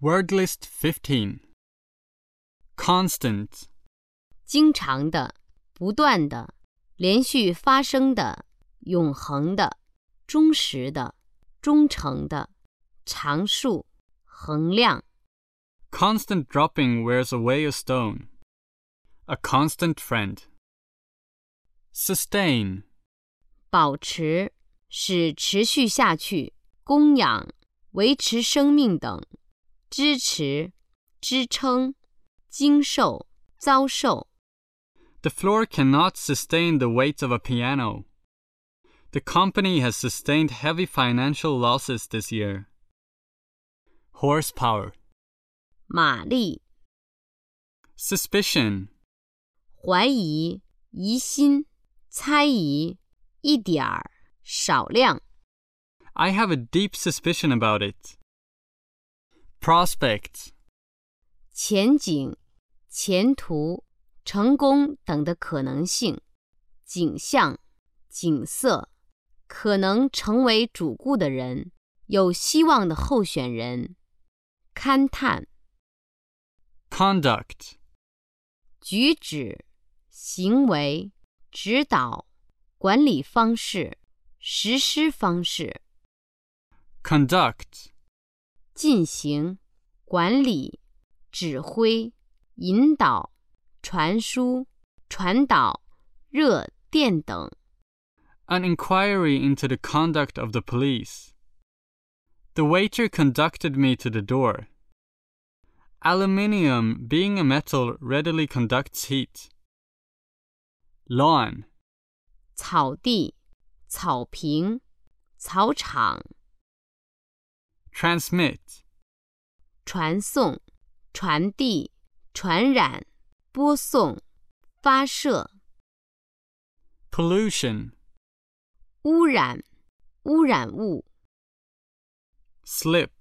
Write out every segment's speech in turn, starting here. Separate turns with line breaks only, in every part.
Word list 15 Constant,
经常的、不断的、连续发生的、永恒的、忠实的、忠诚的、常数、衡量、
constant dropping wears away a stone. A constant friend. Sustain,
保持、使持续下去、供养、维持生命等、支持、支撑、经受、遭受、
the floor cannot sustain the weight of a piano. The company has sustained heavy financial losses this year. Horsepower,
马力、
suspicion,
怀疑、疑心、猜疑、一点儿、少量、
I have a deep suspicion about it. Prospect,
前景、前途、成功等的可能性、景象、景色，可能成为主顾的人，有希望的候选人，勘探、
conduct,
举止、行为、指导、管理方式、实施方式、
conduct,
进行、管理、指挥、引导、传输、传导、热电等。
an inquiry into the conduct of the police. The waiter conducted me to the door. Aluminium, being a metal, readily conducts heat. Lawn,
草地、草坪、草场、
transmit,
传送、传递、传染、播送、发射、
pollution,
污染、污染物、
slip,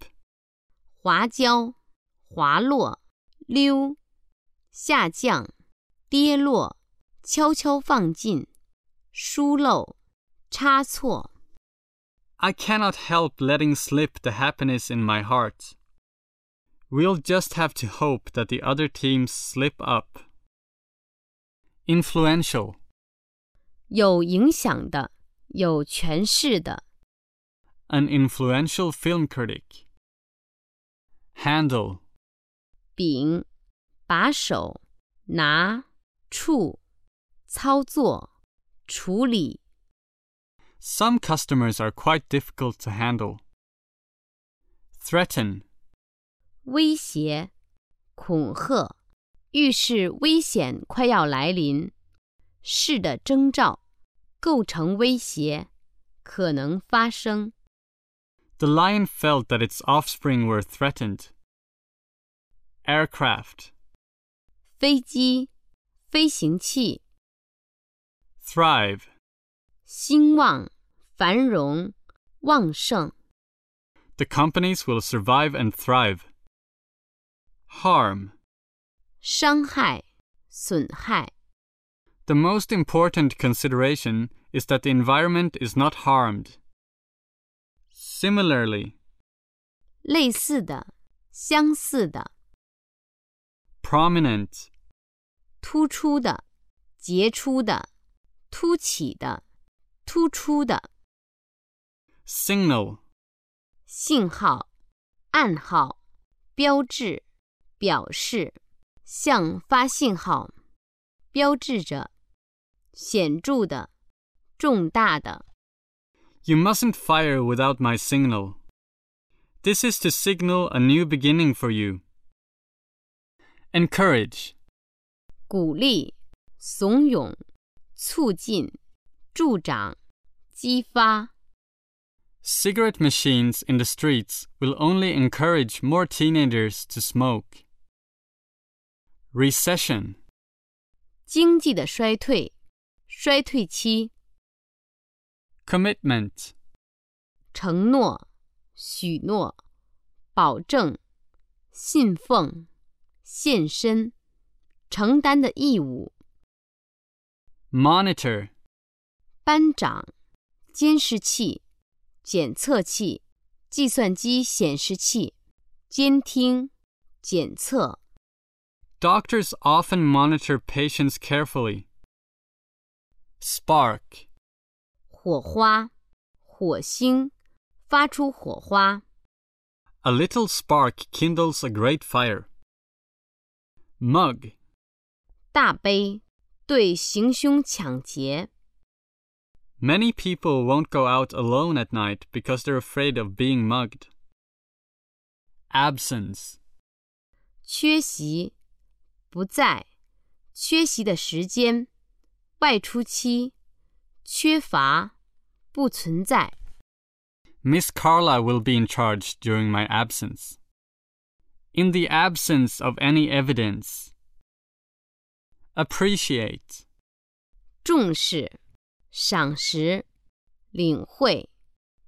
滑跤、滑落、溜、下降、跌落、悄悄放进、疏漏、差错、
I cannot help letting slip the happiness in my heart. We'll just have to hope that the other teams slip up. Influential,
有影响的、有权势的、
an influential film critic. Handle,
柄、把手、拿、触、操作、处理、
some customers are quite difficult to handle. Threaten,
威胁、恐吓，预示危险快要来临，事的征兆，构成威胁，可能发生。
the lion felt that its offspring were threatened. Aircraft,
飞机、飞行器、
thrive.
兴旺、繁荣、旺盛、
The companies will survive and thrive. Harm.
伤害、损害、
The most important consideration is that the environment is not harmed. Similarly,
类似的、相似的、
prominent,
突出的、杰出的、凸起的、突出的。
signal,
信号、暗号、标志、表示，向发信号，标志着显著的、重大的。
you mustn't fire without my signal. This is to signal a new beginning for you. Encourage,
鼓励、怂恿、促进、助长、激发。
cigarette machines in the streets will only encourage more teenagers to smoke. Recession.
经济的衰退，衰退期，
Commitment.
承诺、许诺、保证、信奉、献身、承担的义务。
Monitor.
班长、监视器、检测器、计算机显示器、监听、检测、
Doctors often monitor patients carefully. Spark.
火花、火星，发出火花。
A little spark kindles a great fire. Mug.
大悲对行凶抢劫，
Many people won't go out alone at night because they're afraid of being mugged. Absence.
缺席，不在，缺席的时间，外出期，缺乏，不存在。
Miss Carla will be in charge during my absence. In the absence of any evidence. Appreciate.
重视、赏识、领会、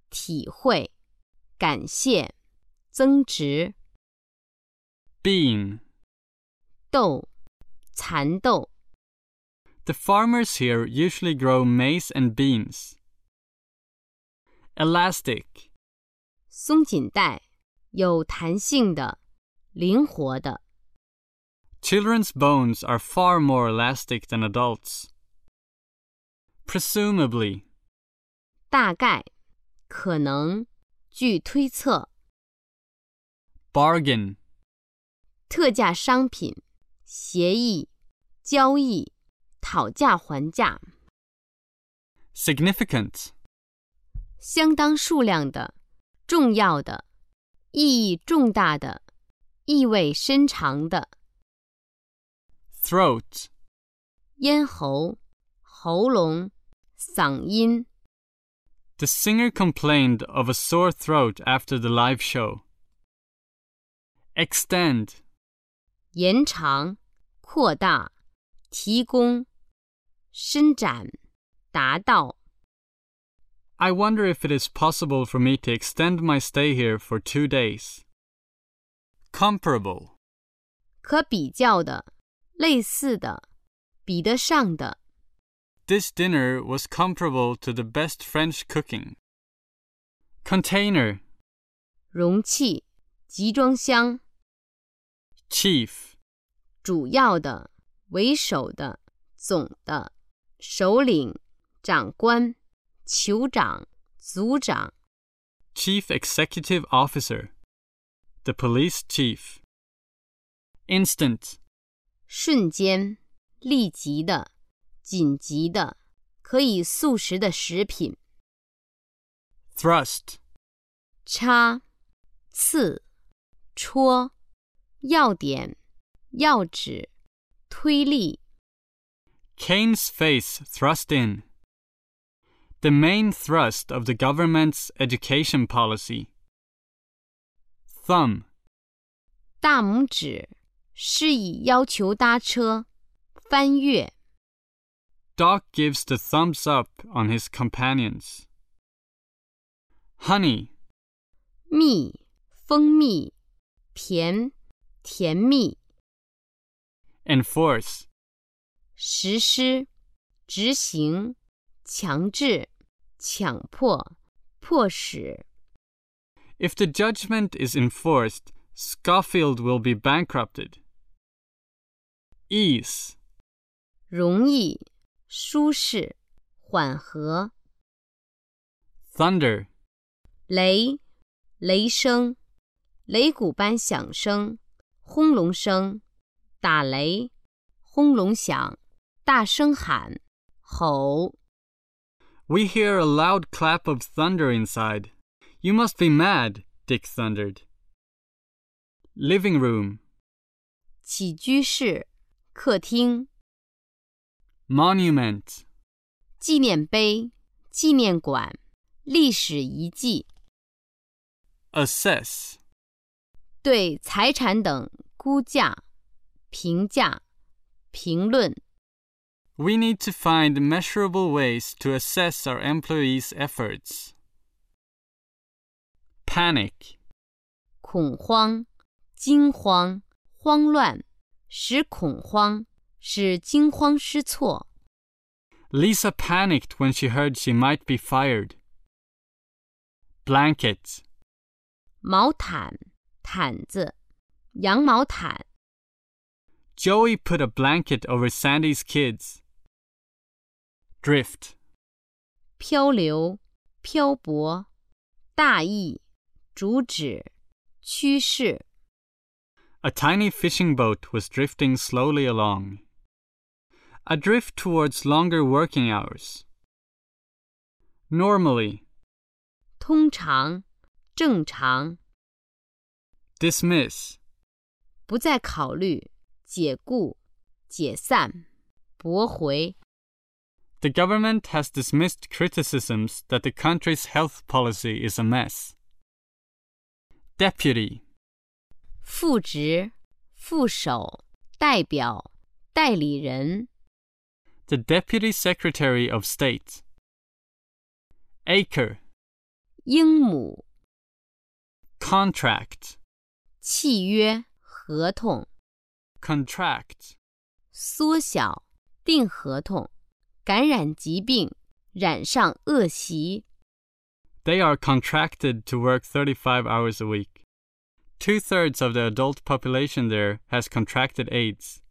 体会、感谢、增值、
Bean.
斗、蚕豆、
The farmers here usually grow maize and beans. Elastic.
松紧带，有弹性的、灵活的、
Children's bones are far more elastic than adults. Presumably.
大概、可能、据推测、
Bargain.
特价商品、协议、交易、讨价还价、
Significant.
相当数量的、重要的、意义重大的、意味深长的。
Throat.
咽喉、喉咙、嗓音。
The singer complained of a sore throat after the live show. Extend.
延长、扩大、提供、伸展、达到。
I wonder if it is possible for me to extend my stay here for two days. Comparable.
可比较的、类似的、比得上的。
This dinner was comparable to the best French cooking. Container.
容器、集装箱、
Chief.
主要的、为首的、总的、首领、长官、酋长、组长、
Chief Executive Officer. The Police Chief. Instant.
瞬间、立即的、紧急的、可以速食的食品。
Thrust.
插、刺、戳、要点、要旨、推力、
Kane's face thrust in. The main thrust of the government's education policy. Thumb.
大拇指，是以要求搭车、翻越、
Doc gives the thumbs up on his companions. Honey.
蜜、蜂蜜、甜、甜蜜、
Enforce.
实施、执行、强制、强迫、迫使。
If the judgment is enforced, Scofield will be bankrupted. Ease.
容易、舒适、缓和、
Thunder.
雷、雷声、擂鼓般响声、轰隆声、打雷、轰隆响、大声喊、吼。
We hear a loud clap of thunder inside. You must be mad, Dick thundered. Living room.
起居室、客厅、
Monument.
纪念碑、纪念馆、历史遗迹。
Assess.
对财产等估价、评价、评论。
We need to find measurable ways to assess our employees' efforts. Panic.
恐慌、惊慌、慌乱，使恐慌，使惊慌失措。
Lisa panicked when she heard she might be fired. Blanket.
毛毯、毯子、羊毛毯。
Joey put a blanket over Sandy's kids. Drift.
漂流、漂泊、大意、主旨、趋势。
A tiny fishing boat was drifting slowly along. Adrift towards longer working hours. Normally.
通常、正常，
Dismiss.
不再考虑、解雇、解散、驳回。
The government has dismissed criticisms that the country's health policy is a mess. Deputy.
副职、副手、代表、代理人、
The Deputy Secretary of State. Acre.
英亩、
Contract.
契约、合同、
Contract.
缩小、订合同、感染疾病、染上恶习、
They are contracted to work 35 hours a week. Two thirds of the adult population there has contracted AIDS.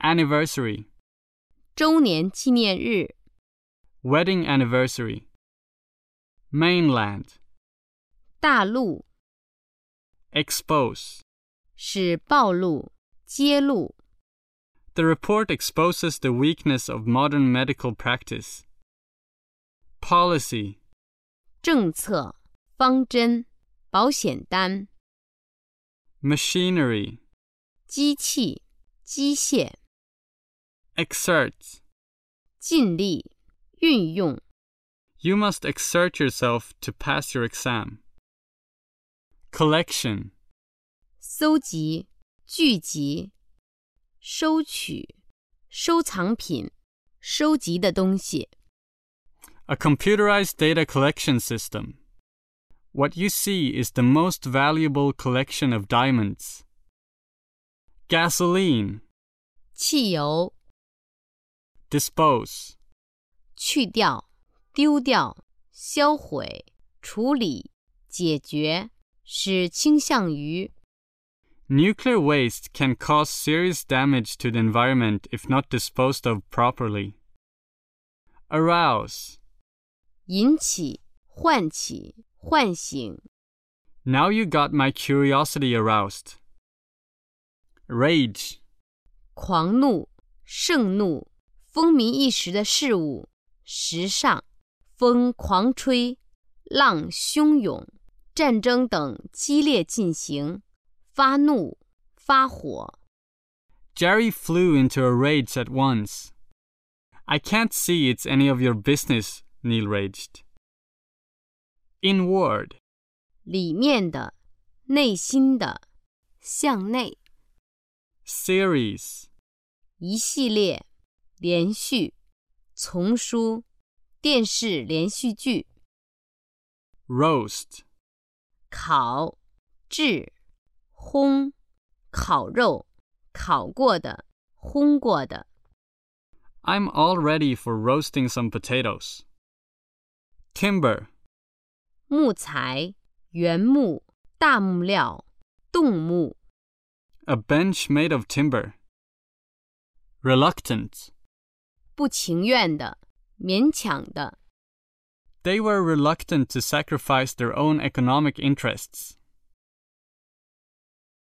Anniversary.
周年纪念日、
Wedding anniversary. Mainland.
大陆
Expose.
使暴露、揭露、
The report exposes the weakness of modern medical practice. Policy.
政策、方针、保险单、
Machinery.
机器、机械、
Exert.
尽力、运用、
You must exert yourself to pass your exam. Collection.
搜集、聚集、收取、收藏品、收集的东西。
A computerized data collection system. What you see is the most valuable collection of diamonds. Gasoline.
汽油
Dispose.
去掉、丢掉、销毁、处理、解决，使倾向于
Nuclear waste can cause serious damage to the environment if not disposed of properly. Arouse.
引起、唤起、唤醒、
Now you got my curiosity aroused. Rage.
狂怒、盛怒、风靡一时的事物，时尚、风狂吹、浪汹涌、战争等激烈进行，发怒、发火。
Jerry flew into a rage at once. I can't see it's any of your business, Neil raged. Inward.
里面的、内心的、向内，
Series.
一系列、连续、丛书、电视连续剧、
Roast.
烤、制、烘、烤肉、烤过的、烘过的、
I'm all ready for roasting some potatoes. Timber.
木材、原木、大木料、动木、
A bench made of timber. Reluctant.
不情愿的、勉强的、
They were reluctant to sacrifice their own economic interests.